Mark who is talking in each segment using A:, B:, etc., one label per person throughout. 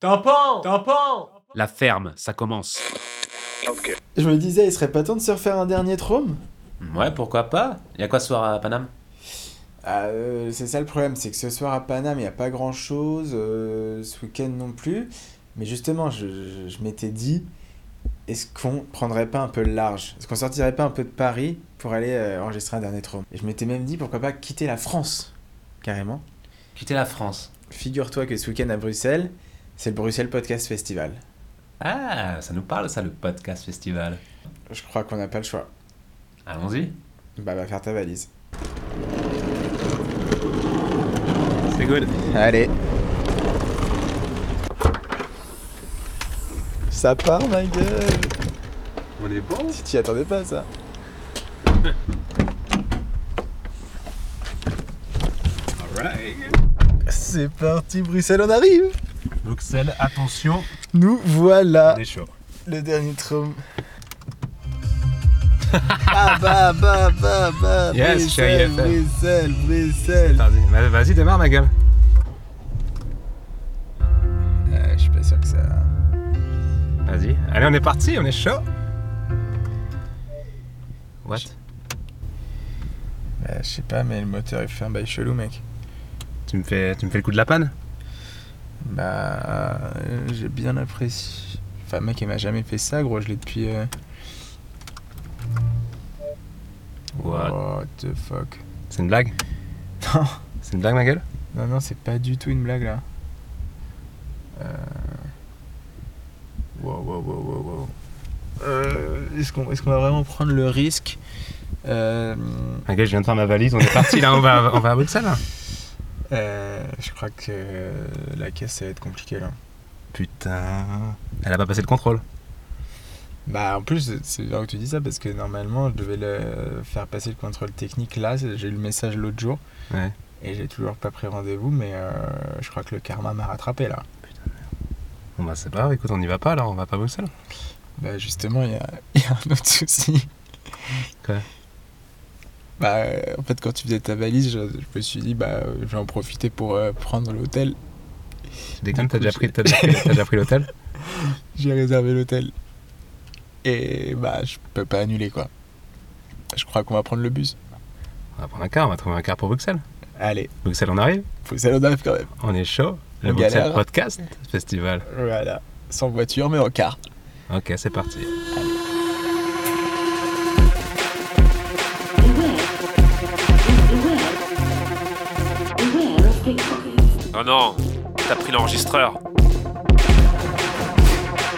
A: Tampon Tampon La ferme, ça commence.
B: Je me disais, il serait pas temps de se refaire un dernier trôme
C: Ouais, pourquoi pas Y'a quoi ce soir à Paname
B: Ah, euh, c'est ça le problème, c'est que ce soir à Paname, il n'y a pas grand chose, ce week-end non plus. Mais justement, je, je- je m'étais dit, est-ce qu'on prendrait pas un peu le large Est-ce qu'on sortirait pas un peu de Paris pour aller euh, enregistrer un dernier trôme Et je m'étais même dit, pourquoi pas quitter la France Carrément.
C: Quitter la France.
B: Figure-toi que ce week-end à Bruxelles, c'est le Bruxelles Podcast Festival.
C: Ah, ça nous parle ça, le podcast festival.
B: Je crois qu'on n'a pas le choix.
C: Allons-y.
B: Bah, va faire ta valise.
C: C'est good.
B: Allez. Ça part, ma gueule
C: On est bon
B: Tu t'y attendais pas, ça C'est parti, Bruxelles, on arrive
A: Bruxelles, attention,
B: Nous voilà
A: on est chaud.
B: Le dernier trôme. ah bah bah bah bah
A: Yes, chérie
B: Bruxelles,
A: FM.
B: Bruxelles, Bruxelles
A: Vas-y, démarre ma gueule.
B: Euh, Je suis pas sûr que ça...
A: Vas-y. Allez, on est parti, on est chaud.
C: What
B: Bah, je sais pas, mais le moteur il fait un bail chelou, mec.
A: Tu me fais, tu me fais le coup de la panne
B: Bah, euh, j'ai bien apprécié. Enfin, mec, il m'a jamais fait ça, gros, je l'ai depuis... euh,
A: What
B: What the fuck
A: C'est une blague
B: Non,
A: C'est une blague ma gueule
B: non, non, c'est pas du tout une blague, là. Euh... Wow, wow, wow, wow, wow. Euh, Est-ce qu'on est qu'on va vraiment prendre le risque euh,
A: Ma gueule, je viens de faire ma valise, on est parti là, on va, on va à Bruxelles là.
B: euh, Je crois que euh, la caisse, ça va être compliqué, là.
A: Putain. Elle a pas passé le contrôle.
B: Bah en plus c'est bien que tu dis ça parce que normalement je devais le faire passer le contrôle technique là, c'est- j'ai eu le message l'autre jour
A: Ouais.
B: et j'ai toujours pas pris rendez-vous mais euh, je crois que le karma m'a rattrapé là.
A: Bon bah c'est pas grave, écoute, on n'y va pas alors, on va pas à Bruxelles.
B: Bah justement il y a, il y a un autre souci.
A: Quoi
B: Bah euh, en fait quand tu faisais ta valise je, je me suis dit bah euh, je vais en profiter pour euh, prendre l'hôtel.
A: Tu déconnes, t'as
B: Du coup,
A: déjà
B: je-
A: pris, t'as déjà pris- t'as déjà pris l'hôtel
B: J'ai réservé l'hôtel et bah je peux pas annuler quoi. Bah, Je crois qu'on va prendre le bus.
A: On va prendre un car, on va trouver un car pour Bruxelles.
B: Allez,
A: Bruxelles, on arrive,
B: faut que ça nous arrive quand même.
A: on est chaud. Le
B: On
A: Bruxelles
B: galère.
A: Podcast Festival.
B: Voilà, sans voiture mais en car.
A: Ok, c'est parti.
D: Non, non, t'as pris l'enregistreur.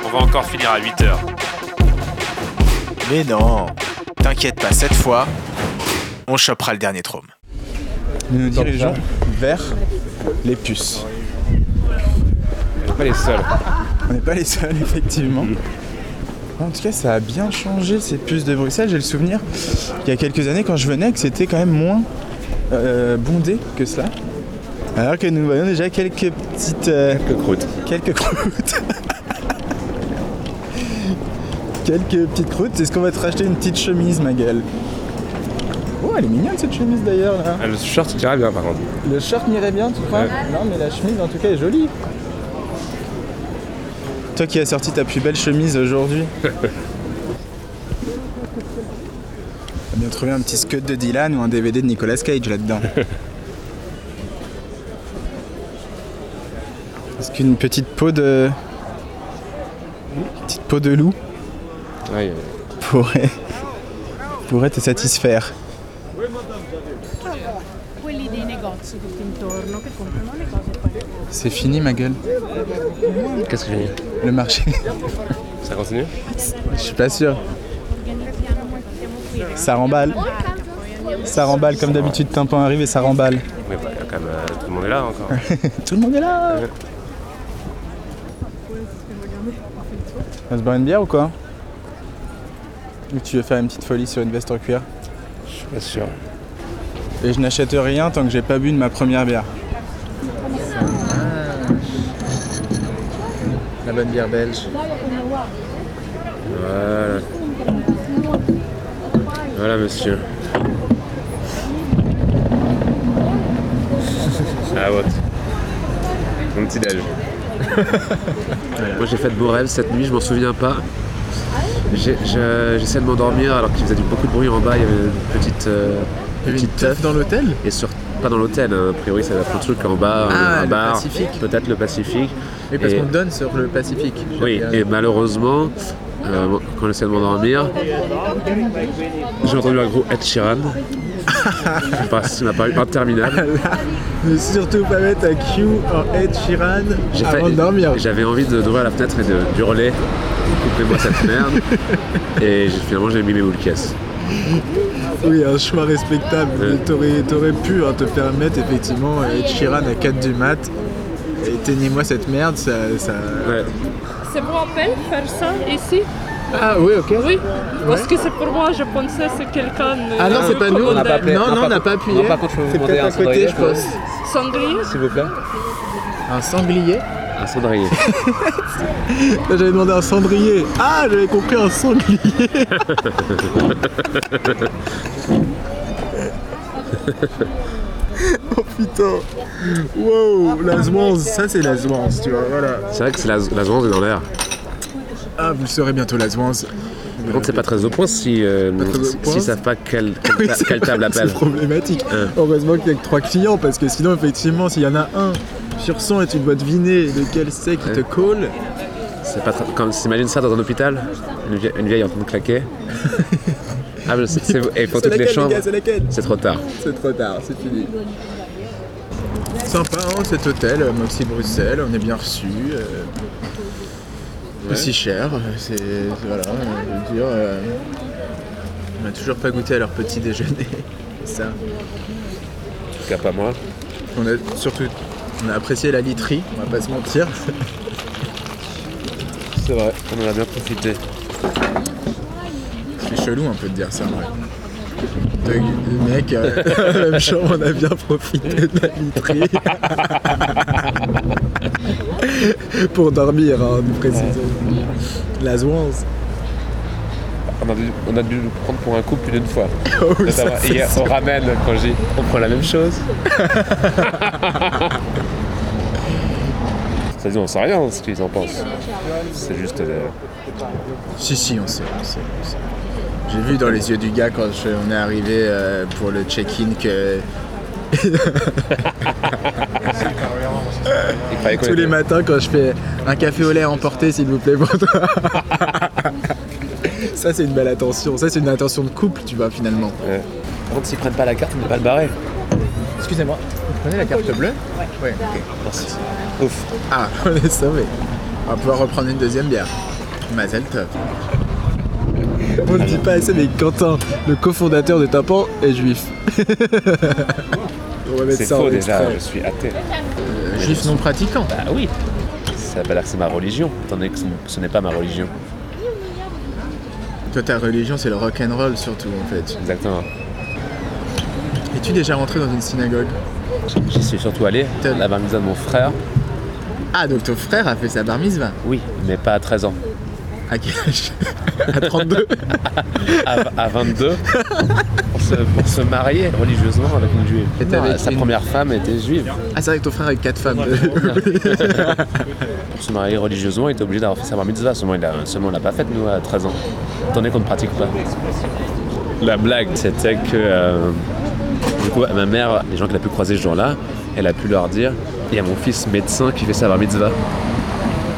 D: On va encore finir à 8 heures.
B: Mais non, t'inquiète pas, cette fois, on chopera le dernier trôme. Nous nous dirigeons vers les puces. On n'est pas les seuls. On n'est pas les seuls, effectivement. En tout cas, ça a bien changé ces puces de Bruxelles. J'ai le souvenir, il y a quelques années, quand je venais, que c'était quand même moins euh, bondé que cela. Alors que nous voyons déjà quelques petites. quelques croûtes. Quelques croûtes. quelques petites croûtes. Est-ce qu'on va te racheter une petite chemise, ma gueule Oh, elle est mignonne cette chemise d'ailleurs là.
E: Ah, le short t'irait bien par contre.
B: Le short m'irait bien, tu crois Non, mais la chemise en tout cas est jolie. Toi qui as sorti ta plus belle chemise aujourd'hui. T'as bien trouvé un petit scud de Dylan ou un DVD de Nicolas Cage là-dedans. Est-ce qu'une petite peau de. Petite peau de loup
E: Ouais,
B: pourrait. pourrait te satisfaire
F: quelli dei negozi tutti intorno che comprano le cose e poi le vendono.
B: C'est fini ma gueule,
E: Qu'est-ce que j'ai mis
B: le marché.
E: Ça continue
B: Je suis pas sûr.
F: organizziamo e partiamo qui regaliamo
B: Ça remballe.
F: la barca, poi andiamo
B: Ça remballe comme d'habitude, tympan arrive et ça remballe.
E: Mais bah, quand même, euh, tout le monde est là encore.
B: Tout le monde est là On va se boire une bière ou quoi Ou tu veux faire une petite folie sur une veste en cuir
E: Je suis pas sûr.
B: Et je n'achète rien tant que j'ai pas bu de ma première bière. La bonne bière belge.
E: Voilà. Voilà monsieur. Ah what Mon petit déj.
G: Moi j'ai fait de beaux rêves cette nuit, je m'en souviens pas. J'ai- je- J'essaie de m'endormir alors qu'il faisait du- beaucoup de bruit en bas, il y avait une petite, euh, petite teuf.
B: dans l'hôtel
G: Et sur, pas dans l'hôtel, hein, a priori ça va être un truc en bas, un-
B: Ah,
G: un
B: le
G: bar,
B: Pacifique.
G: peut-être le Pacifique.
B: Oui, parce
G: Et-
B: qu'on donne sur le Pacifique.
G: Oui, et malheureusement, euh, bon, quand j'essaie de m'endormir, j'ai entendu un gros Ed Sheeran. Je sais pas, ça m'a paru interminable.
B: Ne surtout pas mettre à Q en Ed Sheeran
G: J'ai
B: avant
G: failli-
B: de dormir.
G: J'avais envie de- d'ouvrir la fenêtre et de hurler Coupez-moi cette merde. et j'ai- finalement, j'ai mis mes boules caisses.
B: Oui, un choix respectable.
G: Ouais.
B: Mais T'aurais, t'aurais pu hein, te permettre effectivement euh, Ed Sheeran à 4 du mat. Éteignez-moi cette merde, ça. ça...
G: Ouais.
H: C'est moi peine faire ça ici
B: Ah oui, ok.
H: Oui, parce que c'est pour moi, je pensais que c'est quelqu'un. euh,
B: Ah non, c'est pas nous.
H: commandait.
B: non, non, on n'a pas appuyé. c'est peut-être à côté, je pense.
H: Cendrier
B: S'il vous plaît. Un sanglier
G: Un cendrier.
B: Là, J'avais demandé un cendrier. Ah, j'avais compris un sanglier. oh putain. Wow, la zouance, ça c'est la zouance, tu vois, voilà.
G: C'est vrai que c'est la, la zone est dans l'air.
B: Ah, vous le saurez bientôt la zouance.
G: Par contre, c'est pas très au point si, euh,
B: très au
G: si-
B: point.
G: s'ils savent pas quelle, quelle
B: Oui,
G: ta-
B: c'est
G: quelle table
B: vrai,
G: appelle.
B: C'est problématique.
G: Euh.
B: Heureusement qu'il n'y a que trois clients parce que sinon, effectivement, s'il y en a un sur 100 et tu dois deviner lequel c'est qui te colle,
G: C'est pas très... Comme, t'imagines ça dans un hôpital une vieille, une vieille en train de claquer Ah, mais c'est... c'est- Et pour
B: c'est
G: toutes les
B: laquelle, les
G: chambres,
B: gars, c'est laquelle
G: c'est trop tard.
B: C'est trop tard, c'est fini. Sympa hein, cet hôtel, euh, Moxie Bruxelles, on est bien reçu. euh, Pas si cher, euh, c'est. Voilà, euh, je veux dire. euh, on n'a toujours pas goûté à leur petit déjeuner. Ça.
G: En tout cas, pas moi.
B: On a surtout. On a apprécié la literie, on va pas se mentir.
G: C'est vrai, on en a bien profité.
B: C'est chelou un peu de dire ça en vrai. Deux mecs, euh, dans la même chambre, on a bien profité de la literie. Pour dormir, hein, nous précisons. La zouance.
G: On a, dû, on a dû nous prendre pour un coup plus d'une fois.
B: Oh oui, ça,
G: Notamment
B: c'est
G: hier,
B: sûr.
G: on ramène quand j'ai on prend la même chose. Ça dit, on sait rien de ce qu'ils en pensent. C'est juste. euh,
B: Si, si, on sait, on sait, on sait. J'ai vu dans les yeux du gars quand je- on est arrivé euh, pour le check-in que
G: il fallait qu'on
B: tous
G: était-
B: les matins quand je fais un café au lait emporté s'il vous plaît pour toi. ça c'est une belle attention, ça c'est une attention de couple tu vois finalement.
G: Ouais. Par contre, s'ils prennent pas la carte, on n'est pas le barré.
B: Excusez-moi, vous prenez la carte bleue Ouais.
G: Merci. Ouf.
B: Ah, on est sauvés. On va pouvoir reprendre une deuxième bière. Mazel tov. On ne dit pas assez, mais Quentin, le cofondateur de Tympan, est juif. On va mettre
G: C'est
B: ça en
G: faux déjà,
B: extrait.
G: je suis athée.
B: Juif non pratiquant.
G: Ah oui Ça veut dire que c'est ma religion, étant donné que ce n- ce n'est pas ma religion.
B: Toi, ta religion, c'est le rock'n'roll surtout, en fait.
G: Exactement.
B: Es-tu déjà rentré dans une synagogue
G: J'y suis surtout allé, à la bar mitzvah de mon frère.
B: Ah, donc ton frère a fait sa bar mitzvah.
G: Oui, mais pas à 13 ans.
B: À quel âge À 32
G: À, à 22, pour se, pour se marier religieusement avec une juive.
B: Et t'avais
G: Non, sa
B: une-
G: première femme était juive.
B: Ah, c'est vrai que ton frère a eu 4 femmes.
G: Pour se marier religieusement, il était obligé d'avoir fait sa bar mitzvah. Seulement, il a, seulement, on l'a pas faite, nous, à 13 ans. Étant donné qu'on ne pratique pas. La blague, c'était que. euh, du coup, ma mère, les gens qu'elle a pu croiser ce jour-là, elle a pu leur dire il y a mon fils médecin qui fait sa bar mitzvah.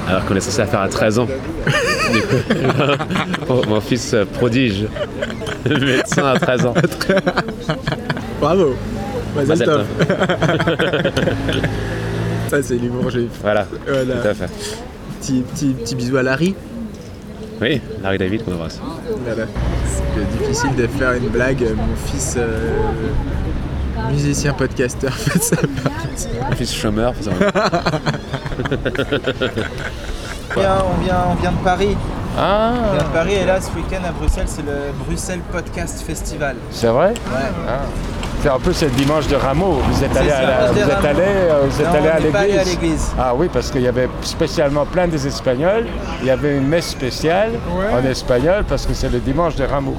G: Alors qu'on est censé la faire à 13 ans. Du coup, oh, mon fils euh, prodige, médecin à 13 ans.
B: Bravo Mazel
G: Mazel
B: tov.
I: hein.
B: Ça, c'est l'humour juif.
G: Voilà,
B: Voilà.
G: tout à fait.
B: Petit, petit, petit bisou à Larry.
G: Oui, Larry David qu'on embrasse.
B: Voilà. C'est difficile de faire une blague. Mon fils, euh, musicien, podcasteur, fait sa bar mitzvah.
G: Mon fils chômeur, faisant-
J: On vient, on vient- on vient de Paris. On
G: Ah,
J: vient de Paris et là, ce week-end à Bruxelles, c'est le Bruxelles Podcast Festival.
I: C'est vrai Ah. C'est un peu c'est le dimanche de Rameau. Vous êtes allé
J: ça,
I: à, la-
J: dimanche
I: vous
J: de
I: êtes
J: Rameau.
I: allé, euh, vous êtes
J: Non,
I: allé
J: on
I: à
J: n'est pas allé à
I: l'église.
J: l'église.
I: Ah oui, parce qu'il y avait spécialement plein des Espagnols. Il y avait une messe spéciale en espagnol parce que c'est le dimanche de Rameau.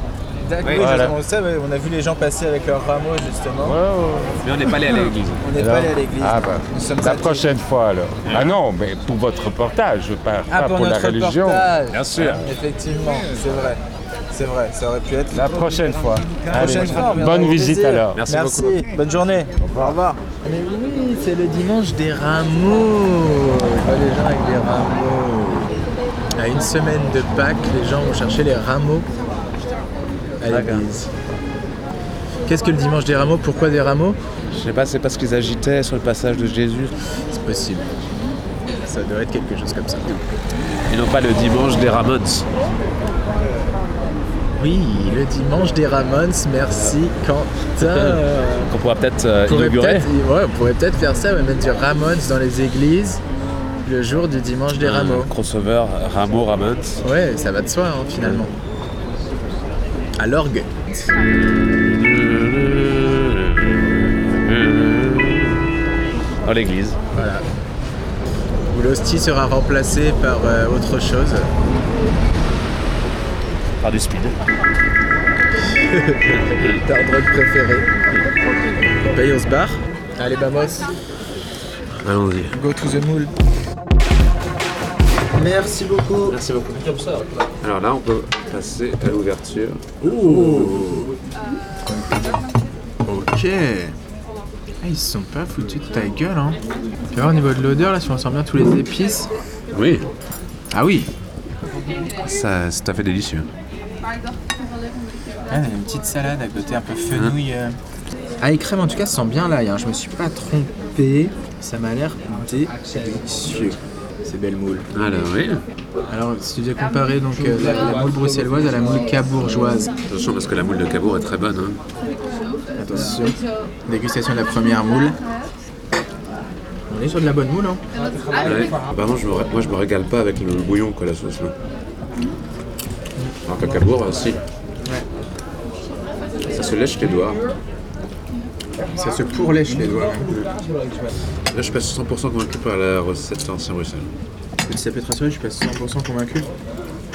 G: D'accord,
I: Oui,
G: oui,
I: voilà.
G: on le sait, ouais, on a vu les gens passer avec leurs rameaux justement.
B: Oh.
I: Ouais, ouais.
E: Mais on n'est pas allé à l'église.
G: On n'est pas
I: Alors
G: allé à l'église.
I: Ah bah,
G: Nous sommes
I: la
G: attirés.
I: prochaine fois alors. Ah non, mais pour votre reportage, je parle
G: Ah,
I: pas
G: pour,
I: pour la
G: notre
I: religion.
G: reportage.
E: Bien sûr.
G: Effectivement, c'est vrai. C'est vrai, ça aurait pu être.
I: La prochaine fois. Allez,
G: prochaine fois, on viendra
I: bonne
G: avec
I: visite
G: plaisir.
I: alors.
E: Merci
G: Merci, bonne journée. Au revoir.
B: Mais oui, c'est le dimanche des rameaux. Pas les gens avec des rameaux.
G: À une semaine de Pâques, les gens vont chercher les rameaux.
B: À l'église. Qu'est-ce que le dimanche des rameaux Pourquoi des rameaux
E: Je sais pas, c'est parce qu'ils agitaient sur le passage de Jésus.
B: C'est possible. Ça doit être quelque chose comme ça.
E: Et non pas le dimanche des Ramones.
B: Oui, le dimanche des Ramones, merci Quentin.
E: Qu'on pourra peut-être euh,
B: On pourrait
E: inaugurer.
B: peut-être- ouais, on pourrait peut-être faire ça, ouais, mettre du Ramones dans les églises le jour du dimanche
G: Ah.
B: des
E: Un
B: rameaux.
E: crossover Rameau Ramones.
B: Ouais, ça va de soi hein, finalement. À l'orgue.
E: Dans l'église.
B: Voilà. Où l'hostie sera remplacée par euh, autre chose.
E: Par du speed.
B: Ta drogue préférée. Paye, on se barre. Allez, vamos.
E: Allons-y.
B: Go to the moule. Merci beaucoup.
E: Merci beaucoup. Alors là, on peut passer à l'ouverture.
B: Ok. Ah, ils se sont pas foutus de ta gueule, hein. Tu vois, au niveau de l'odeur, là, si on sent bien tous les épices.
E: Oui,
B: Ah oui
E: ça, c'est tout à fait délicieux.
B: Ah, une petite salade à côté, un peu fenouil. Ah, et crème, en tout cas, ça sent bien l'ail, hein. Je me suis pas trompé. Ça m'a l'air délicieux. Ces belles moules.
E: Alors oui,
B: Alors, si tu devais comparer donc, euh, la, la moule bruxelloise à la moule cabourgeoise,
E: attention parce que la moule de Cabourg est très bonne. hein.
B: attention, dégustation de la première moule. On est sur de la bonne moule, hein
E: Ouais. Par contre, je me ré- moi je me régale pas avec le bouillon que la sauce. là. Alors qu'à Cabourg, euh, si. Ça se lèche les doigts.
B: Ça se pourlèche les doigts. hein. même.
E: Là, je passe 100% convaincu par la recette ancien Bruxelles.
B: Petit sapé de rassuré, je suis pas 100% convaincu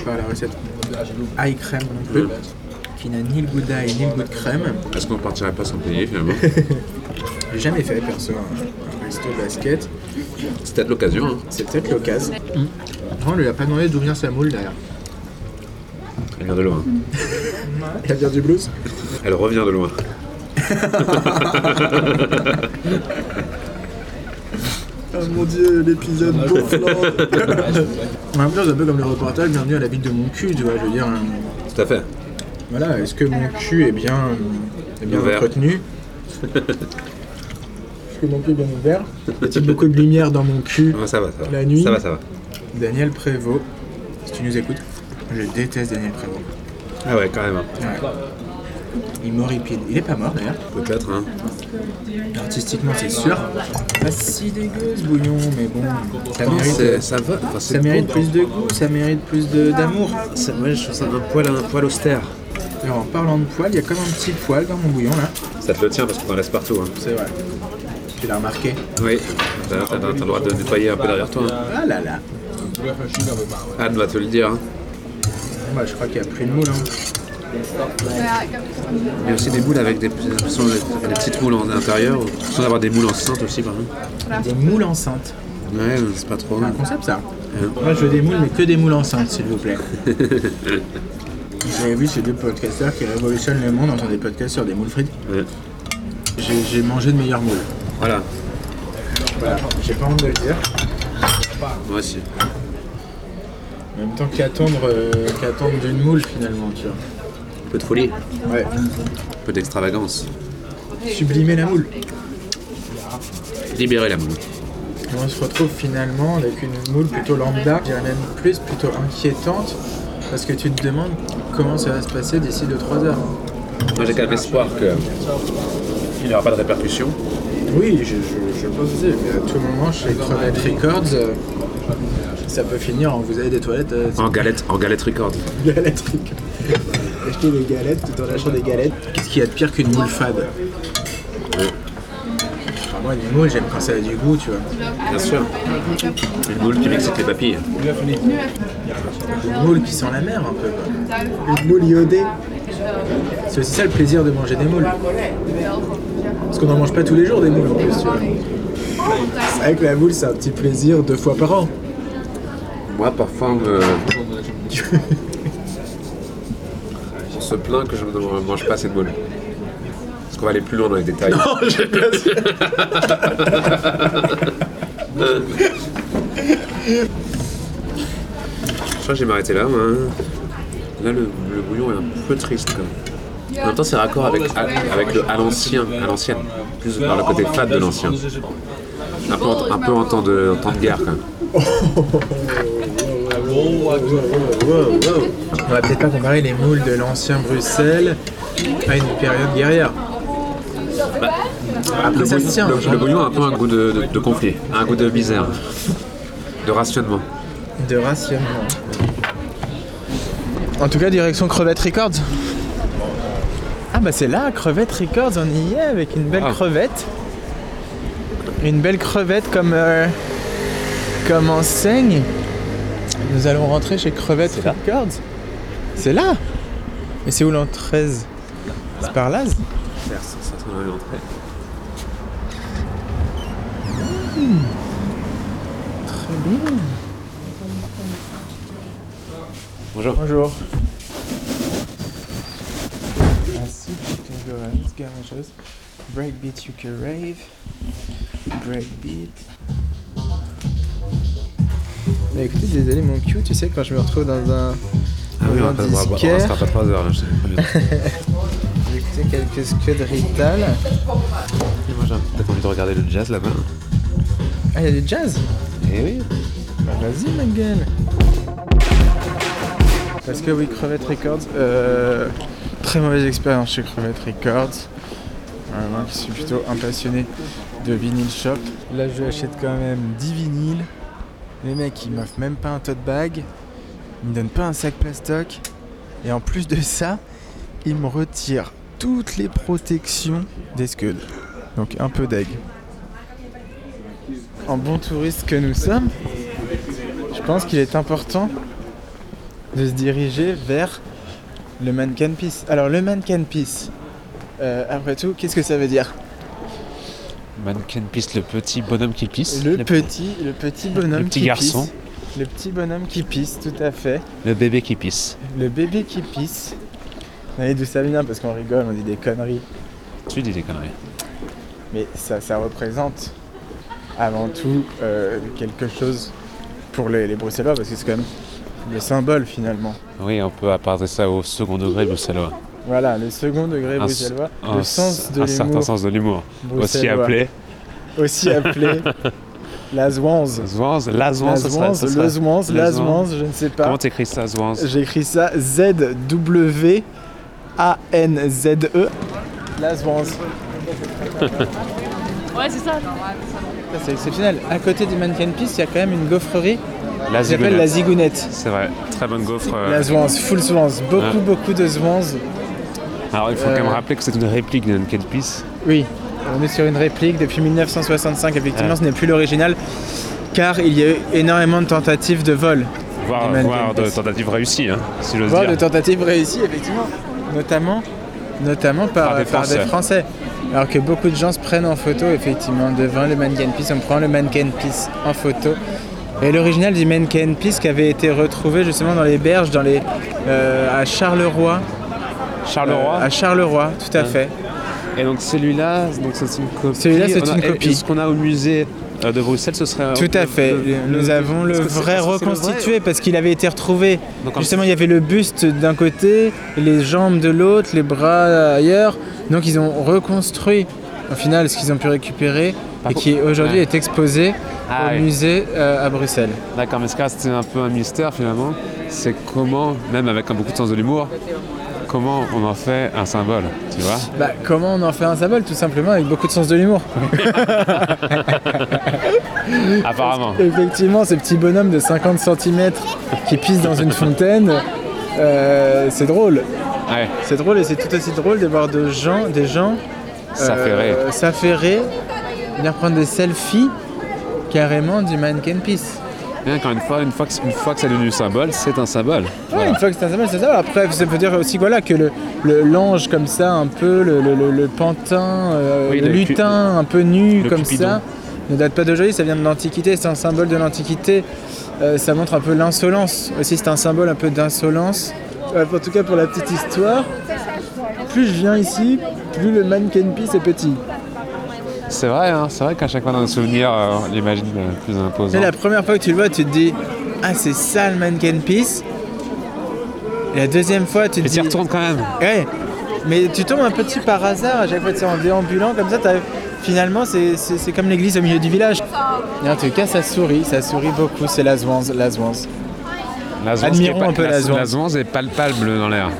B: par la recette ail crème non plus, qui n'a ni le goût d'ail ni le goût de crème.
E: Est-ce qu'on partirait pas sans payer finalement
B: J'ai jamais fait perso un, un resto basket,
E: C'est peut-être l'occasion. hein.
B: c'est peut-être l'occasion. On Mm. lui a pas demandé d'où vient sa moule derrière.
E: Elle vient de loin.
B: Elle vient du blues
E: Elle revient de loin.
B: Oh mon dieu, l'épisode Bourfland En même temps, c'est un peu comme le reportage bienvenue à la vie de mon cul, tu vois, je veux dire. hein,
E: Tout à fait.
B: Voilà, est-ce que mon cul est bien, euh, est bien
E: Ouvert.
B: entretenu Est-ce que mon cul est bien ouvert Y a-t-il beaucoup de lumière dans mon cul
E: Ouais, ça va, ça va.
B: La nuit.
E: Ça va, ça va.
B: Daniel Prévost, si tu nous écoutes, je déteste Daniel Prévost.
E: Ah ouais, quand même.
B: Il m'horripile. Il est pas mort d'ailleurs.
E: Peut-être. Hein.
B: Artistiquement, c'est sûr. Pas si dégueu ce bouillon, mais bon. Ça
E: Non,
B: mérite,
E: c'est- ça va. Enfin, c'est
B: ça mérite
E: bon.
B: plus de goût, ça mérite plus de- d'amour.
E: C'est- ouais, je trouve ça un poil, un poil austère.
B: Et En parlant de poils, il y a comme un petit poil dans mon bouillon là.
E: Ça te le tient parce qu'on en laisse partout. hein.
B: C'est vrai. Tu l'as remarqué
E: Oui, t'as t'as- t'as le droit de nettoyer un peu derrière toi. hein.
B: Ah là là
E: Anne va te le dire. hein.
B: Moi, je crois qu'il n'y a plus de moule. hein.
E: Il y a aussi des moules avec des, j'ai l'impression des- des petites moules en intérieur. J'ai l'impression d'avoir des moules enceintes aussi par exemple.
B: Des moules enceintes.
E: Ouais, c'est pas trop.
B: Un concept ça Euh, Moi je veux des moules mais que des moules enceintes s'il vous plaît. J'avais vu ces deux podcasteurs qui révolutionnent le monde en faisant des podcasts sur des moules frites.
E: Ouais.
B: J'ai j'ai mangé de meilleures moules.
E: Voilà,
B: Voilà, j'ai pas honte de le dire.
E: moi aussi.
B: En même temps qu'attendre euh, qu'attendre d'une moule finalement, tu vois.
E: Un peu de folie,
B: Ouais.
E: un peu d'extravagance.
B: Sublimer la moule.
E: Libérer la moule.
B: Et on se retrouve finalement avec une moule plutôt lambda, je dirais même plus plutôt inquiétante, parce que tu te demandes comment ça va se passer d'ici 2-3 heures.
E: Moi j'ai quand même espoir que il n'y aura pas de répercussions.
B: Oui, je, je, je pense aussi, mais à tout moment, chez Crevette Records, euh, ça peut finir en vous avez des toilettes, euh,
E: En galette, en galette record.
B: des galettes Records. Acheter des galettes tout en lâchant des galettes. Qu'est-ce qu'il y a de pire qu'une moule fade Enfin, Moi, une moule, j'aime quand ça a du goût, tu vois.
E: Bien sûr. Une moule qui m'excite les papilles.
B: Une moule qui sent la mer un peu. quoi. Une moule iodée. C'est aussi ça le plaisir de manger des moules. Parce qu'on n'en mange pas tous les jours des moules en plus, tu vois. C'est vrai que la moule, c'est un petit plaisir deux fois par an.
E: Moi, parfois, on me... on se plaint que je ne mange pas assez de moules. Parce qu'on va aller plus loin dans les détails. Je crois que je vais m'arrêter là. moi. hein. Là, le, le bouillon est un peu triste. quand même. En même temps, c'est raccord avec, à- avec le à l'ancien, à l'ancienne, plus par le côté fade de l'ancien. Un peu, en- un peu en temps de, en temps de guerre, quand même.
B: On va peut-être pas comparer les moules de l'ancien Bruxelles à une période guerrière. Après, ça se tient.
E: Bah, Le,
B: genre,
E: le bouillon a un peu un goût de, de- de conflit, un goût de misère, de rationnement.
B: De rationnement. En tout cas, direction Crevette Records. Ah bah c'est là, Crevette Records, on y est avec une belle
E: Ah.
B: crevette. Une belle crevette comme, euh, comme enseigne. Nous allons rentrer chez Crevette Records. C'est là Mais c'est où l'an 13 C'est par là
E: Bonjour.
B: Bonjour. Ainsi que Garageuse, Garageuse, Breakbeat You Can Rave, Breakbeat. Bah écoutez, désolé mon cul, tu sais, quand je me retrouve dans un.
E: Ah oui, on va pas- on va- on
B: disquaire.
E: restera pas 3 heures. hein, je sais pas bien.
B: J'ai écouté quelques scuds Rital.
E: Moi, j'ai peut-être envie de regarder le jazz là-bas.
B: Ah, y'a du jazz
E: Eh oui.
B: Bah vas-y ma gueule Parce que oui, Crevette Records, euh, très mauvaise expérience chez Crevette Records. Euh, moi qui suis plutôt un passionné de vinyle shop. Là je achète quand même 10 vinyles. Les mecs ils m'offrent même pas un tote bag, ils me donnent pas un sac plastoc. Et en plus de ça, ils me retirent toutes les protections des scuds. Donc un peu d'aigle. En bon touriste que nous sommes, je pense qu'il est important de se diriger vers le mannequin piece. Alors le mannequin piece, euh, après tout, qu'est-ce que ça veut dire
G: Mannequin pisse, le petit bonhomme qui pisse.
B: le, petit, le petit bonhomme
G: le petit
B: qui
G: garçon.
B: pisse. Le petit bonhomme qui pisse, tout à fait.
G: Le bébé qui pisse.
B: Le bébé qui pisse. Vous savez d'où ça vient parce qu'on rigole, on dit des conneries.
G: Tu dis des conneries.
B: Mais ça, ça représente avant tout euh, quelque chose pour les, les Bruxellois parce que c'est quand même le symbole finalement.
G: Oui, on peut apporter ça au second degré bruxellois.
B: Voilà, le second degré
G: Un-
B: bruxellois,
G: un-
B: le sens de
G: Un certain
B: l'humour
G: sens de l'humour. Aussi
B: bruxellois,
G: appelé
B: aussi appelé la zouanze.
G: Zouanze. La Zouanze, ce serait- ce
B: le
G: serait-
B: zouanze,
G: la
B: la Euh,
G: zouanze.
B: zouanze, je ne sais pas.
G: Comment t'écris ça, Zouanze
B: J'écris ça Z-W-A-N-Z-E. E. La zouanze.
K: Ouais, c'est ça.
B: Ça, C'est exceptionnel. À côté du mannequin piece, il y a quand même une gaufrerie
G: La
B: qui s'appelle la zigounette.
G: C'est vrai. Très bonne gaufre. euh.
B: La zouanze, full zouanze. Beaucoup,
G: Ouais.
B: beaucoup de zouanze.
G: Alors, il faut quand même
B: Euh.
G: rappeler que c'est une réplique d'un Ken Peace.
B: Oui, on est sur une réplique depuis 1965. Effectivement,
G: Ouais.
B: ce n'est plus l'original car il y a eu énormément de tentatives de vol.
G: Voire,
B: Mannequin
G: voire de
B: Peace.
G: tentatives réussies, hein, si j'ose
B: Voire
G: dire.
B: de tentatives réussies, effectivement. Notamment, notamment par,
G: Par des
B: par des
G: Français.
B: Français. Alors que beaucoup de gens se prennent en photo, effectivement, devant le mannequin piece. On prend le mannequin piece en photo. Et l'original du mannequin piece qui avait été retrouvé justement dans les berges, dans les, euh, à Charleroi.
G: Charleroi.
B: Euh, À Charleroi, tout à
G: Ouais.
B: fait.
G: Et donc celui-là, donc c'est une copie.
B: Celui-là, c'est
G: On a-
B: une copie.
G: et Ce qu'on a au musée euh, de Bruxelles, ce serait. euh,
B: Tout à fait. Nous avons le vrai reconstitué parce qu'il avait été retrouvé.
G: Donc, en-
B: Justement, il y avait le buste d'un côté, les jambes de l'autre, les bras ailleurs. Donc ils ont reconstruit au final ce qu'ils ont pu récupérer et
G: contre-
B: qui aujourd'hui
G: Ouais.
B: est exposé
G: Ah
B: au
G: oui.
B: musée euh, à Bruxelles.
G: D'accord, mais ce cas, c'était un peu un mystère finalement. C'est comment, même avec un beaucoup de sens de l'humour, comment on en fait un symbole, tu vois
B: Bah, comment on en fait un symbole Tout simplement avec beaucoup de sens de l'humour.
G: Apparemment.
B: Effectivement, ce petit bonhomme de 50 cm qui pisse dans une fontaine, euh, c'est drôle.
G: Ouais.
B: C'est drôle et c'est tout aussi drôle de voir de gens, des gens
G: S'affairer.
B: euh, s'affairer, venir prendre des selfies carrément du mannequin piece.
G: Et encore une fois, une fois que, une fois que c'est devenu symbole, c'est un symbole.
B: Ouais, une fois que c'est un symbole, c'est ça. Après, ça veut dire aussi voilà, que le- le- l'ange, comme ça, un peu, le, le- le- le pantin, euh,
G: Oui,
B: le
G: le cu-
B: lutin, un peu nu,
G: le
B: comme
G: cupidon.
B: ça, ne date pas d'aujourd'hui, ça vient de l'Antiquité, c'est un symbole de l'Antiquité. Euh, ça montre un peu l'insolence. Aussi, c'est un symbole un peu d'insolence. Euh, en tout cas, pour la petite histoire, plus je viens ici, plus le mannequin Peace est petit.
G: C'est vrai, hein, c'est vrai qu'à chaque fois dans nos souvenirs, euh, on l'imagine euh, plus imposant.
B: Mais la première fois que tu le vois, tu te dis Ah, c'est ça le mannequin Peace. Et la deuxième fois, tu te
G: Et
B: dis.
G: t'y retournes quand même.
B: Ouais, mais tu tombes un petit par hasard à chaque fois, tu sais, en déambulant comme ça, t'as- finalement c'est- c'est c'est comme l'église au milieu du village. Et en tout cas, ça sourit, ça sourit beaucoup, c'est la Zouanze, la Zouanze.
G: La Zouanze
B: Admirons
G: qui est pa-
B: un peu la
G: la
B: Zouanze.
G: La Zouanze est palpable dans l'air.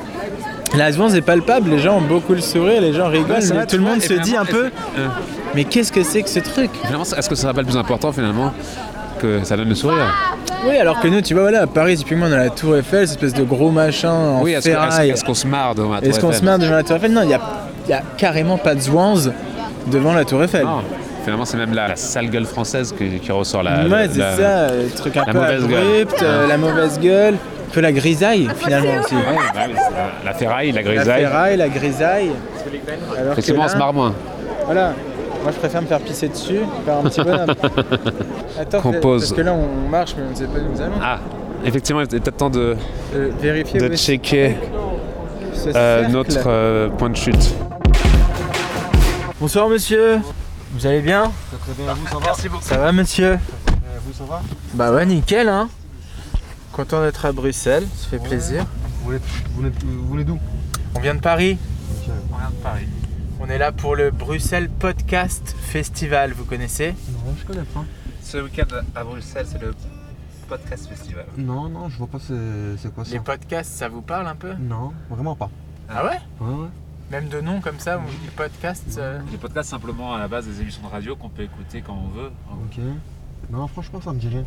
B: La Zouanze est palpable, les gens ont beaucoup le sourire, les gens rigolent,
G: Ouais, c'est
B: mais
G: vrai,
B: tout
G: tu
B: le
G: vois,
B: monde
G: et
B: se dit
G: finalement,
B: un peu,
G: Euh,
B: mais qu'est-ce que c'est que ce truc
G: finalement, c'est- est-ce que ça sera pas le plus important finalement que ça donne le sourire
B: Oui, alors que nous, tu vois, voilà, à Paris, typiquement, on a la Tour Eiffel, cette espèce de gros machin en
G: Oui, est-ce que- est-ce
B: ferraille.
G: est-ce qu'on se marre devant la Tour
B: Est-ce qu'on se
G: Eiffel
B: met devant la Tour Eiffel Non, il n'y a, il y a carrément pas de Zouanze devant la Tour Eiffel.
G: Non, finalement, c'est même la, la sale gueule française qui, qui ressort la.
B: ouais,
G: Ah, la-
B: c'est
G: la-
B: ça, euh, le truc un
G: la
B: peu
G: mauvaise gueule.
B: abrupt, euh, la mauvaise gueule, un peu la grisaille finalement aussi.
G: Ouais, bah oui, c'est la- la ferraille, la
B: La
G: grisaille.
B: ferraille, la grisaille. Alors que
G: Effectivement, on
B: là,
G: se marre moins.
B: Voilà, moi je préfère me faire pisser dessus par un petit bonhomme. Attends,
G: Qu'on
B: fais-
G: pose.
B: parce que là on marche mais on ne sait pas où nous allons.
G: Ah, effectivement, il est peut-être temps de,
B: Euh, vérifier où
G: de
B: est
G: checker
B: ce
G: euh,
B: cercle.
G: notre euh, point de chute.
B: Bonsoir monsieur, vous allez bien Ça va monsieur
L: Vous, ça va
B: Bah ouais, nickel hein Content d'être à Bruxelles, ça fait plaisir.
L: Vous venez- vous venez- vous venez d'où
B: On vient de Paris
L: On vient de Paris.
B: On est là pour le Bruxelles Podcast Festival, vous connaissez
L: Non, je connais pas.
C: Ce week-end à Bruxelles, c'est le podcast festival.
L: Non, non, je vois pas c'est c'est quoi ça.
B: Les podcasts, ça vous parle un peu
L: Non, vraiment pas.
B: Ah ouais
L: Ouais, ouais.
B: Même de nom comme ça, on dit podcast. euh,
C: Les podcasts, simplement à la base des émissions de radio qu'on peut écouter quand on veut.
L: Ok. Non, franchement, ça me dit rien.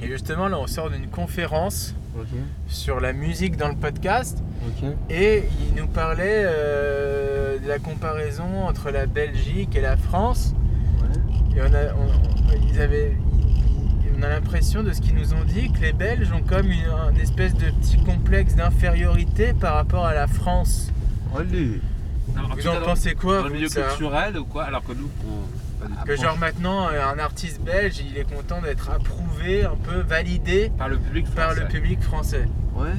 B: Et justement, là, on sort d'une conférence
L: Ok.
B: sur la musique dans le podcast
L: Ok.
B: et il nous parlait euh, de la comparaison entre la Belgique et la France.
L: Ouais.
B: Et on a, on- on- ils avaient- ils- ils- on a l'impression de ce qu'ils nous ont dit que les Belges ont comme une, un espèce de petit complexe d'infériorité par rapport à la France.
L: Allez.
C: Non,
B: Vous
C: tout cas,
B: en
C: dans-
B: pensez quoi
C: Dans le
B: vous,
C: milieu
B: de ça
C: culturel ou quoi Alors que nous, on. pas du tout.
B: Que genre maintenant, euh, un artiste belge, il est content d'être approuvé, un peu validé
C: Par le public
B: par
C: français.
B: le public français.
L: Ouais.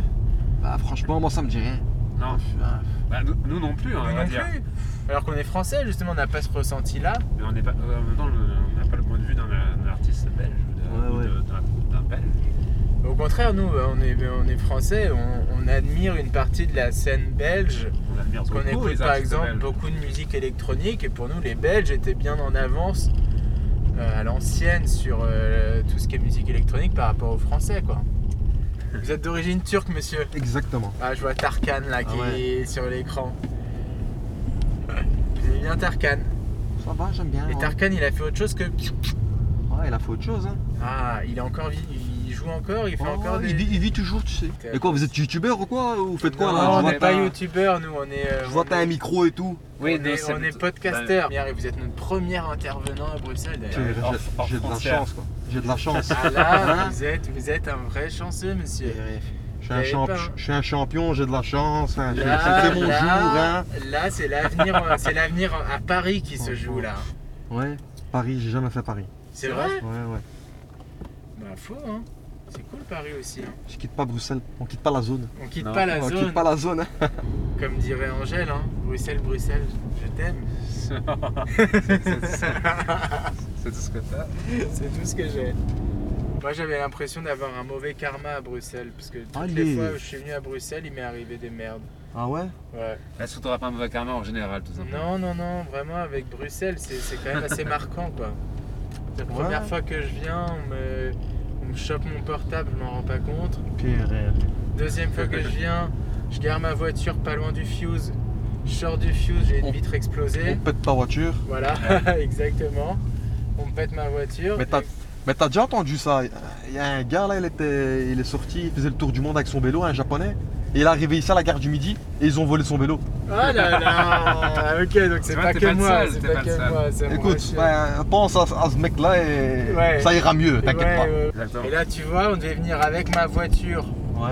L: Bah, franchement, moi, ça me dit rien.
C: Non.
L: Putain.
C: Bah, nous, nous non plus, hein, on
B: Nous
C: va
B: non
C: dire.
B: plus. Alors qu'on est français, justement, on n'a pas ce ressenti-là.
C: Mais on n'est pas. euh, En même temps, le- on n'a pas le point de vue d'un d'un artiste belge ou d'un-
L: Ouais,
C: ou de- d'un d'un belge.
B: Au contraire, nous, euh, on est, on est français, on, on admire une partie de la scène belge.
C: On admire
B: On
C: beaucoup
B: écoute
C: les
B: par
C: artistes
B: exemple
C: belges.
B: beaucoup de musique électronique et pour nous, les Belges étaient bien en avance euh, à l'ancienne sur euh, tout ce qui est musique électronique par rapport aux Français, quoi. Vous êtes d'origine turque, monsieur
L: Exactement.
B: Ah, je vois Tarkan là qui
L: Ah ouais.
B: est sur l'écran. Vous aimez bien Tarkan.
L: Ça va, j'aime bien.
B: Et
L: ouais.
B: Tarkan, il a fait autre chose que.
L: Ouais, il a fait autre chose. Hein.
B: Ah, il est encore vi- il joue encore, il fait
L: Ouais,
B: encore
L: ouais,
B: des.
L: Oh, il, vit, il vit toujours, tu sais.
B: T'es-
L: Et quoi, vous êtes youtubeur ou quoi Vous faites quoi
B: Non,
L: là
B: on
L: Je vois
B: n'est pas
L: pas-
B: youtubeur, nous, on est. euh,
L: Je vois
B: on
L: pas un micro et tout.
C: Oui,
B: on
C: nous,
B: est,
C: c'est
B: on
C: le-
B: est podcasteur. Pierre, et vous êtes notre premier intervenant à Bruxelles
L: J'ai
B: d'ailleurs.
C: hors
L: j'ai de la
C: frontière.
L: chance, quoi. J'ai de la chance.
B: Ah là,
L: Hein
B: vous êtes, vous êtes un vrai chanceux, monsieur.
L: Je suis un
B: J'avais
L: champ-
B: pas, hein.
L: je suis un champion, j'ai de la chance. Enfin, je-
B: Là,
L: c'est Euh, mon jour,
B: là,
L: hein.
B: là, c'est l'avenir, en- c'est l'avenir en- à Paris qui se joue là.
L: Ouais, Paris, j'ai jamais fait Paris.
B: C'est vrai
L: Ouais, ouais.
B: Bah faux, hein. C'est cool Paris aussi. Hein.
L: Je quitte pas Bruxelles, on quitte pas la zone.
B: On quitte
C: Non,
B: pas la
L: on
B: zone,
L: quitte pas la zone. hein.
B: comme dirait Angèle. Hein. Bruxelles, Bruxelles, je t'aime.
C: C'est tout ce que t'as.
B: C'est tout ce que j'ai. Moi j'avais l'impression d'avoir un mauvais karma à Bruxelles, parce que toutes les
L: Allez.
B: fois où je suis venu à Bruxelles, il m'est arrivé des merdes.
L: Ah ouais
B: Ouais.
C: Est-ce que t'auras pas un mauvais karma en général,
L: Mhm.
C: tout simplement
B: Non, non, non, vraiment avec Bruxelles, c'est c'est quand même assez marquant quoi. La première
L: Ouais.
B: fois que je viens, on me, on me chope mon portable, je m'en rends pas compte.
L: PRL.
B: Deuxième fois que je viens, je gare ma voiture pas loin du fuse. Je sors du fuse, j'ai une
L: On-
B: vitre explosée.
L: On pète ta voiture.
B: Voilà, exactement. On me pète ma voiture.
L: Mais t'as, mais t'as déjà entendu ça Il y a un gars là, il, était, il est sorti, il faisait le tour du monde avec son vélo, un japonais. et il a réveillé ça à la gare du midi et ils ont volé son vélo.
B: Ah là là Ok, donc c'est pas, que moi, c'est pas, que moi. c'est bon,
L: Écoute,
B: je-
L: ben, pense à, à ce mec-là et
B: Ouais.
L: ça ira mieux, t'inquiète
B: Ouais,
L: pas.
B: ouais. Et là, tu vois, on devait venir avec ma voiture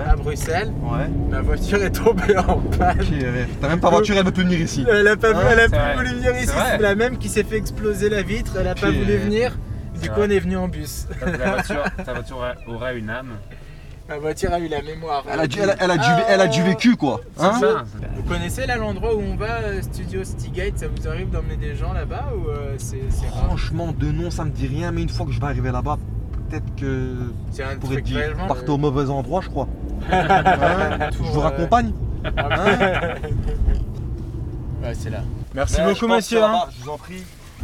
B: à Bruxelles. Ma voiture est tombée en panne.
L: T'as même pas voiture, elle veut plus venir ici.
B: Elle a pas,
L: Ouais,
B: elle a
L: c'est
B: plus
L: vrai.
B: voulu venir
L: C'est
B: ici.
L: vrai.
B: C'est la même qui s'est fait exploser la vitre. Elle a pas
L: Putain.
B: voulu venir. Du
L: C'est
B: coup,
L: vrai.
B: on est venu en bus.
M: ta voiture aura une âme.
B: ma voiture a eu la mémoire. Ah.
L: Elle a dû, elle a- elle a dû- elle a dû vécu quoi.
B: C'est
L: Hein
B: ça. Vous connaissez là l'endroit où on va, euh, Studio Stigate Ça vous arrive d'emmener des gens là-bas ou euh, c'est c'est
L: Oh,
B: rare
L: Franchement, de nom, ça me dit rien, mais une fois que je vais arriver là-bas, peut-être que
B: C'est un
L: je pourrais
B: truc
L: te dire,
B: vraiment,
L: partez
B: euh,
L: au mauvais endroit, je crois. Hein je vous raccompagne Hein
B: euh, Ouais, c'est là.
L: Merci
B: Ouais, je
L: beaucoup,
B: pense
L: monsieur. hein.
B: que
A: hein.
B: ça va,
L: Je vous en prie.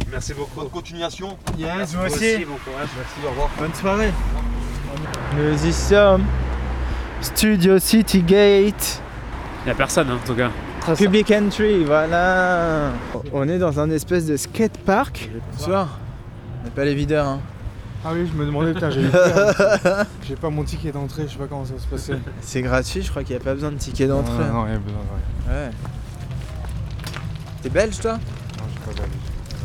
L: Merci beaucoup. Bonne continuation.
B: Yes, vous aussi.
L: Merci, au revoir.
B: Bonne soirée. Nous y sommes. Studio City Gate.
M: Y a personne, hein, en tout cas.
B: Public Entry, voilà. On est dans un espèce de skate park. Bonsoir. On n'est pas les videurs. Hein.
I: Ah oui, je me demandais, putain, j'ai eu peur. J'ai pas mon ticket d'entrée, je sais pas comment ça va se passer.
B: C'est gratuit, je crois qu'il n'y a pas besoin de ticket d'entrée.
I: Non, non, non, il y a besoin,
B: Ouais. T'es belge toi
I: Non, j'ai pas d'avis.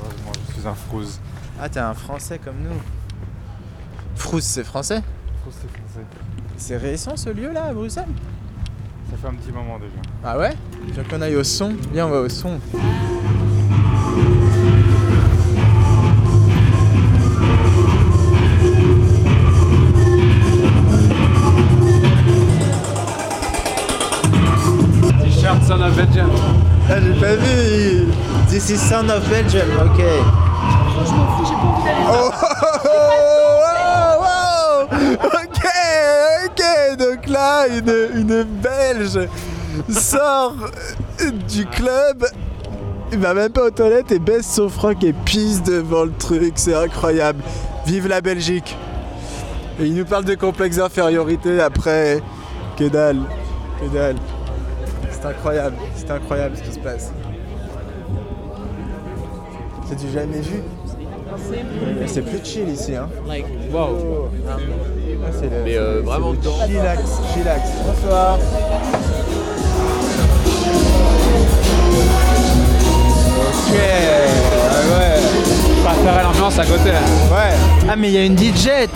I: Heureusement, je suis un frouze.
B: Ah, t'es un français comme nous. Frousse, c'est français
I: Frouze, c'est français.
B: C'est récent ce lieu là à Bruxelles
I: Ça fait un petit moment déjà.
B: Ah ouais Tu veux qu'on aille au son Viens, on va au son.
M: T-shirt Son of Belgium.
B: Ah, j'ai pas vu This is Sound of Belgium, ok.
N: Je m'en fous, j'ai pas envie d'aller.
B: Oh, wow, wow. Ok, ok, donc là, une, une Belge sort du club, il va même pas aux toilettes et baisse son froc et pisse devant le truc, c'est incroyable. Vive la Belgique Et il nous parle de complexe d'infériorité après, que dalle, que dalle. C'est incroyable, c'est incroyable ce qui se passe. C'est du jamais vu. C'est plus chill ici, hein. Wow. C'est le-
O: Mais, euh,
B: c'est le
O: vraiment dedans.
B: Chillax, chillax. Bonsoir. Ok, ah ouais.
M: Préférer l'ambiance à côté.
B: Ouais. Ah mais il y a une DJ.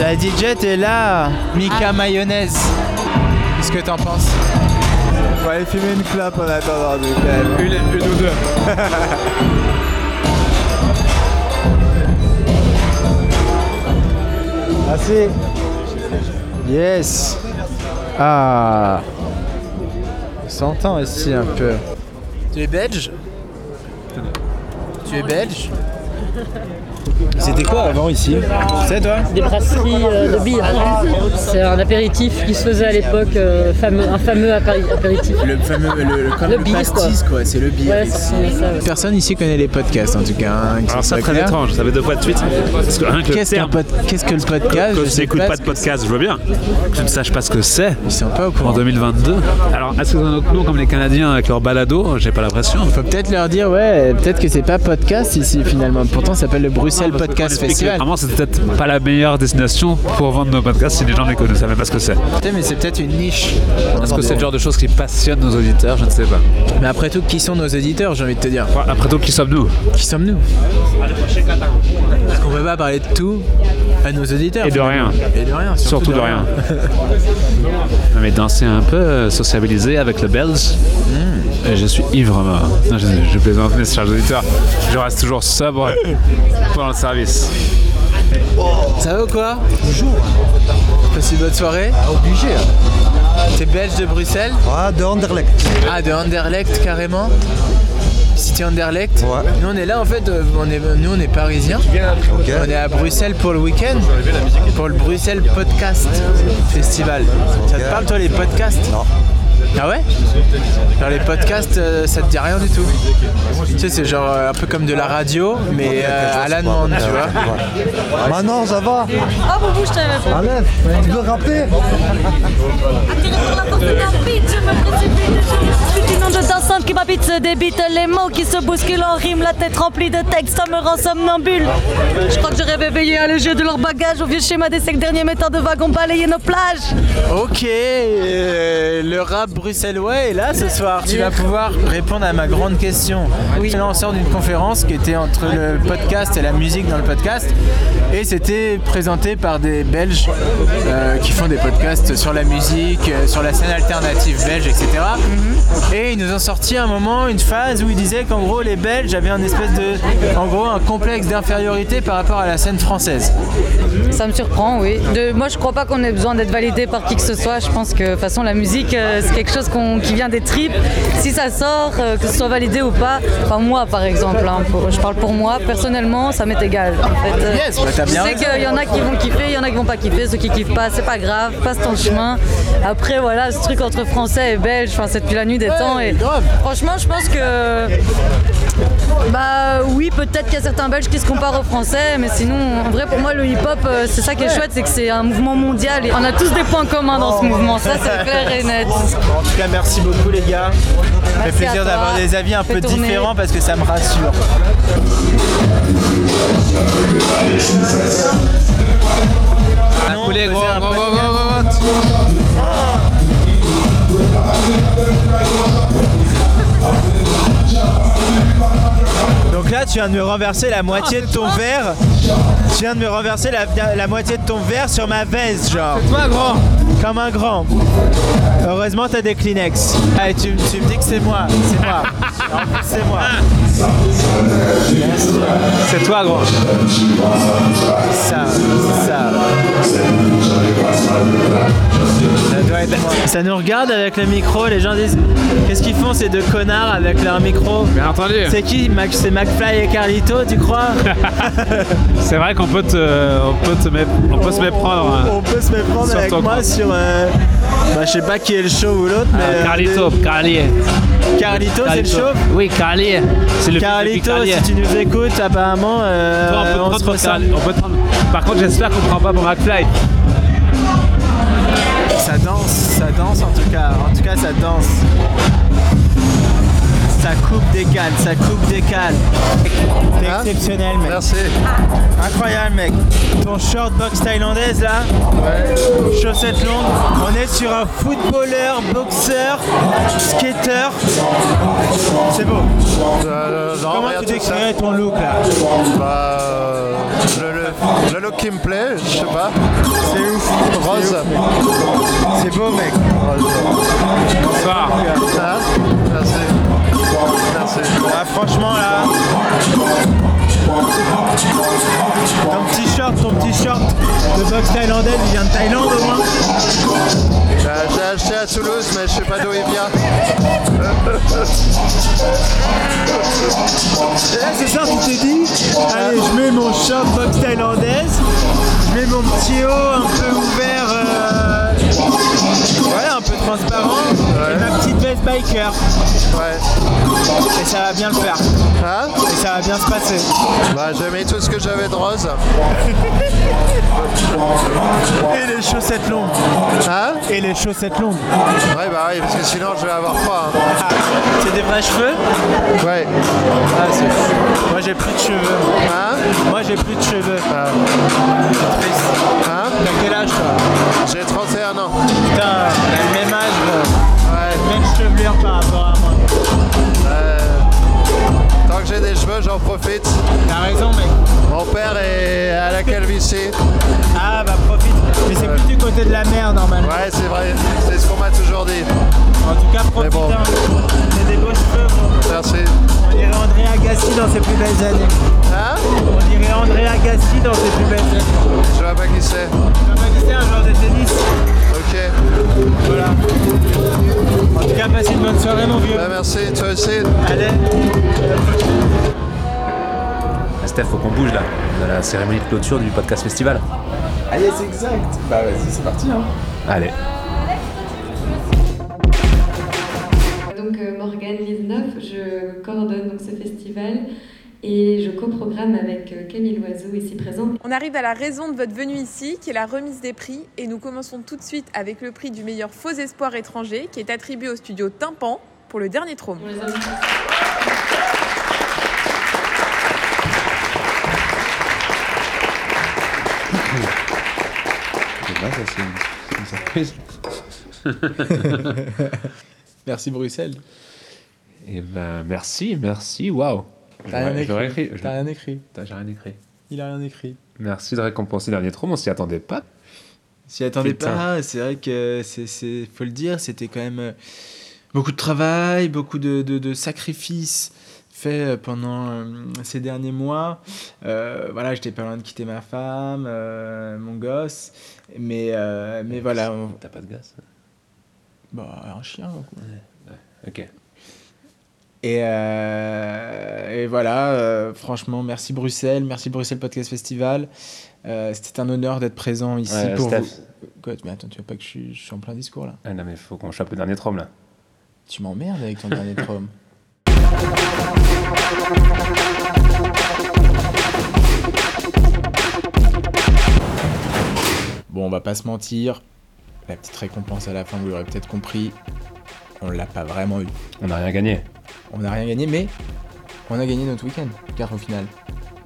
B: La DJ est là. Mika mayonnaise. Qu'est-ce que t'en penses On va aller fumer une clope en attendant de Une, ou deux. Merci. Yes. Ah. On s'entend ici un peu. Tu es belge Tu es belge C'était quoi avant ici Tu sais toi
P: Des brasseries euh, de bière. C'est un apéritif qui se faisait à l'époque, euh, fameux- un fameux apéri- apéritif.
B: Le fameux, le, le, comme
P: Le
B: le
P: beer,
B: pastis, quoi, c'est le bière.
P: Ouais, c'est ça, ouais.
B: Personne ici connaît les podcasts, en tout cas. hein, que
G: Alors
B: ce
G: ça,
B: soit
G: très
B: clair.
G: étrange, ça fait deux fois de suite. Parce que rien que le
B: Qu'est-ce qu'un
G: terme-
B: pod- qu'est-ce que le podcast
G: Que
B: Je
G: tu
B: sais
G: n'écoutes
B: pas
G: pas
B: ce
G: de podcast, je vois bien. Que tu ne saches pas ce que c'est.
B: Ils sont pas au
G: En 2022. Alors, est-ce que c'est un autre nom comme les Canadiens avec leur balado J'ai pas l'impression.
B: Faut peut-être leur dire, ouais, peut-être que c'est pas podcast ici finalement. Pourtant, ça s'appelle le Bruxelles Podcast Festival.
G: Vraiment, c'est peut-être pas la meilleure destination pour vendre nos podcasts si les gens ne les connaissent même pas ce que c'est.
B: Putain, mais c'est peut-être une niche.
G: Est-ce que c'est le genre de choses qui passionnent nos auditeurs Je ne sais pas.
B: Mais après tout, qui sont nos auditeurs J'ai envie de te dire.
G: Après tout, qui sommes-nous
B: Qui sommes-nous Parce qu'on peut pas parler de tout à nos auditeurs.
G: Et de rien.
B: Et de rien,
G: Surtout de rien. Non, mais danser un peu, euh, sociabiliser avec le belge. Et je suis ivre mort. Non, je, je plaisante, mes chers auditeurs. Je reste toujours sobre pendant le service.
B: Ça va ou quoi Bonjour. Passez une bonne soirée Obligé. T'es belge de Bruxelles Ah, de Anderlecht. Ah, de Anderlecht carrément City Anderlecht Ouais. Nous on est là en fait, euh, on est, nous on est parisiens. On est à Bruxelles pour le week-end. Pour le Bruxelles Podcast Festival. Ça te parle toi les podcasts Non.
A: Ah ouais Genre les podcasts, euh, ça te dit rien du tout. Tu sais, c'est genre euh, un peu comme de la radio, mais euh, à la demande, tu vois.
Q: Maintenant, ça va
P: Ah, boubou, je t'avais pas. Ah,
Q: Allez, tu veux rappeler
P: Je suis une onde dansante qui m'habite, se débite les mots qui se bousculent en rime, la tête remplie de textes, ça me rend somnambule. Je crois que j'aurais réveillé allégé de leur bagage au vieux schéma des cinq derniers metteurs de wagons balayer nos plages.
A: Ok, euh, le rap bruxellois est là ce soir. Tu vas pouvoir répondre à ma grande question. Là, on sort d'une conférence qui était entre le podcast et la musique dans le podcast. Et c'était présenté par des Belges euh, qui font des podcasts sur la musique, euh, sur la scène alternative belge, etc. Et ils nous ont sorti à un moment une phase où ils disaient qu'en gros, les Belges avaient un espèce de. En gros, un complexe d'infériorité par rapport à la scène française.
P: Ça me surprend, oui. De, moi, je crois pas qu'on ait besoin d'être validé par qui que ce soit. Je pense que de toute façon, la musique, euh, c'est quelque chose qu'on- qui vient des tripes. Si ça sort, euh, que ce soit validé ou pas, enfin moi, par exemple, hein, pour- je parle pour moi, personnellement, ça m'est égal. En fait, Euh,
A: Yes, bah, t'as bien
P: je sais
A: raison.
P: qu'il y en a qui vont kiffer, il y en a qui vont pas kiffer. Ceux qui kiffent pas, c'est pas grave, passe ton chemin. Après, voilà, ce truc entre français et belge, enfin, c'est depuis la nuit des temps. Et franchement, je pense que bah oui, peut-être qu'il y a certains Belges qui se comparent aux Français, mais sinon, en vrai, pour moi, le hip-hop, euh, c'est ça qui est chouette, c'est que c'est un mouvement mondial et on a tous des points communs dans ce
A: Oh.
P: mouvement, ça c'est clair et net.
A: En tout cas, merci beaucoup les gars. Ça fait
P: Merci à
A: plaisir
P: toi.
A: d'avoir des avis un
P: Fais
A: peu
P: tourner.
A: différents parce que ça me rassure. Donc là, tu viens de me renverser la moitié de ton verre. Tu viens de me renverser la, la moitié de ton verre sur ma veste, genre. C'est toi, grand. Comme un grand. Heureusement, t'as des Kleenex. Allez, tu, tu me dis que c'est moi. C'est moi. En plus, c'est moi. C'est toi, grand. Ça, ça. Ça doit être moi. Ça nous regarde avec le micro, les gens disent Qu'est-ce qu'ils font ces deux connards avec leur micro Bien entendu C'est qui Mac- C'est McFly et Carlito, tu crois
G: C'est vrai qu'on peut, te- on peut, te mép- on peut se méprendre. hein.
A: On peut se méprendre
G: Sur
A: avec
G: ton
A: moi
G: compte.
A: sur. euh, bah, je sais pas qui est le show ou l'autre, mais.
G: Ah,
A: euh,
G: Carlito,
A: des-
G: Carlier.
A: Carlito, c'est le
G: Carlito.
A: show Oui, Carlier.
G: C'est le fils de
A: Carlito,
G: Carlier.
A: si tu nous écoutes, apparemment, euh,
G: Toi, on peut te
A: on,
G: prendre
A: se
G: pour
A: ressemble.
G: Carli- on peut te prendre- Par contre, j'espère qu'on ne prend pas pour McFly.
A: Ça danse, ça danse en tout cas. En tout cas, ça danse. Ça coupe des cales, ça coupe des cales. T'es exceptionnel, mec. Merci. Incroyable, mec. Ton short box thaïlandaise là, chaussettes longues. On est sur un footballeur, boxeur, skater. C'est beau. Comment tu décrirais ton look là
B: Bah, euh, le, le- le look qui me plaît, je sais pas. C'est ouf. Rose.
A: C'est beau, mec.
B: Bonsoir. Merci. Merci.
A: Ah, franchement là. Ton petit short, ton petit short de boxe thaïlandaise, il vient de Thaïlande au moins.
B: Euh, J'ai acheté à Toulouse, mais je sais pas d'où il vient.
A: Là ce soir tu t'es dit, allez je mets mon short boxe thaïlandaise, je mets mon petit haut un peu ouvert, euh, ouais un peu transparent, et ma petite veste biker. Ouais. Et ça va bien le faire. Hein Et ça va bien se passer.
B: Bah, j'ai mis tout ce que j'avais de rose.
A: Et les chaussettes longues.
B: Hein
A: Et les chaussettes longues. Ah,
B: Ouais, bah oui, parce que sinon je vais avoir froid. hein.
A: C'est des vrais cheveux
B: Ouais.
A: Ah, c'est fou. Moi j'ai plus de cheveux. Moi j'ai plus de cheveux. Triste. T'as quel âge toi
B: J'ai 31 ans.
A: Putain, on a le même âge. gros. Même chevelure par rapport à moi.
B: Euh, tant que j'ai des cheveux, j'en profite.
A: T'as raison, mec.
B: Mon père est à la calvitie.
A: Ah, bah profite. Mais c'est plus du côté de la mer normalement.
B: Ouais, c'est vrai. C'est ce qu'on m'a toujours dit.
A: En tout cas, profite.
B: bon.
A: hein. C'est des beaux cheveux. gros.
B: Merci.
A: On dirait André Agassi dans ses plus belles années.
B: Hein
A: On dirait André Agassi dans ses plus belles années.
B: Je vois pas qui c'est.
A: C'est un joueur de tennis.
B: Ok.
A: Voilà. En tout cas, passez une bonne soirée, mon vieux.
B: Bah, merci, toi aussi.
A: Allez.
R: Ah, Steph, faut qu'on bouge là. On a la cérémonie de clôture du podcast festival.
A: Ah yes, exact. Bah vas-y, c'est parti. Hein.
R: Allez.
S: donc euh, Morgane Villeneuve, je coordonne donc ce festival et je coprogramme avec euh, Camille Loiseau ici présente.
H: On arrive à la raison de votre venue ici, qui est la remise des prix, et nous commençons tout de suite avec le prix du meilleur faux espoir étranger, qui est attribué au studio Tympan pour le dernier trône.
T: pas, ça c'est une- une surprise.
B: Merci Bruxelles.
E: Eh ben, merci, merci, waouh.
B: T'as rien
E: J'aurais- j'aurais
B: écrit.
E: écrit-
B: T'as rien écrit.
E: Putain, J'ai rien écrit.
B: Il a rien écrit.
E: Merci de récompenser Dernier Trône, on s'y attendait pas.
B: S'y
E: attendait
B: attendait
E: Putain.
B: pas, c'est vrai que c'est, c'est- faut le dire, c'était quand même euh, beaucoup de travail, beaucoup de, de- de sacrifices faits euh, pendant euh, ces derniers mois. Euh, voilà, j'étais pas loin de quitter ma femme, euh, mon gosse, mais, euh, mais voilà.
E: T'as pas de gosse
B: Bah, un chien, quoi.
E: Ok.
B: Et, euh, et voilà, euh, franchement, merci Bruxelles, merci Bruxelles Podcast Festival. Euh, C'était un honneur d'être présent ici
E: Ouais,
B: pour
E: Steph.
B: vous. Quoi, mais attends, tu veux pas que je, suis- je suis en plein discours là
E: Ah non, mais faut qu'on chope le Dernier Trône là.
B: Tu m'emmerdes avec ton dernier prom. Bon, on va pas se mentir, la petite récompense à la fin, vous l'aurez peut-être compris, on l'a pas vraiment eu.
E: On n'a rien gagné.
B: On n'a rien gagné, mais on a gagné notre week-end, car au final,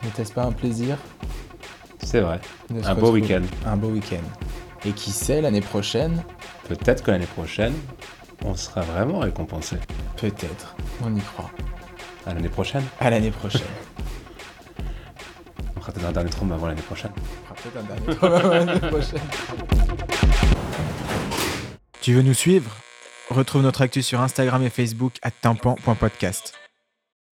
B: n'était-ce pas un plaisir
E: C'est vrai.
B: de se
E: Un beau
B: retrouver
E: week-end.
B: Un beau week-end. Et qui sait, l'année prochaine,
E: Peut-être que l'année prochaine, on sera vraiment récompensé.
B: Peut-être. on y croit.
E: À l'année prochaine.
B: À l'année prochaine.
E: On fera peut-être un Dernier Trône avant l'année prochaine.
B: Peut-être un dernier tour l'année prochaine. Tu veux nous suivre Retrouve notre actu sur Instagram et Facebook à tympan.podcast.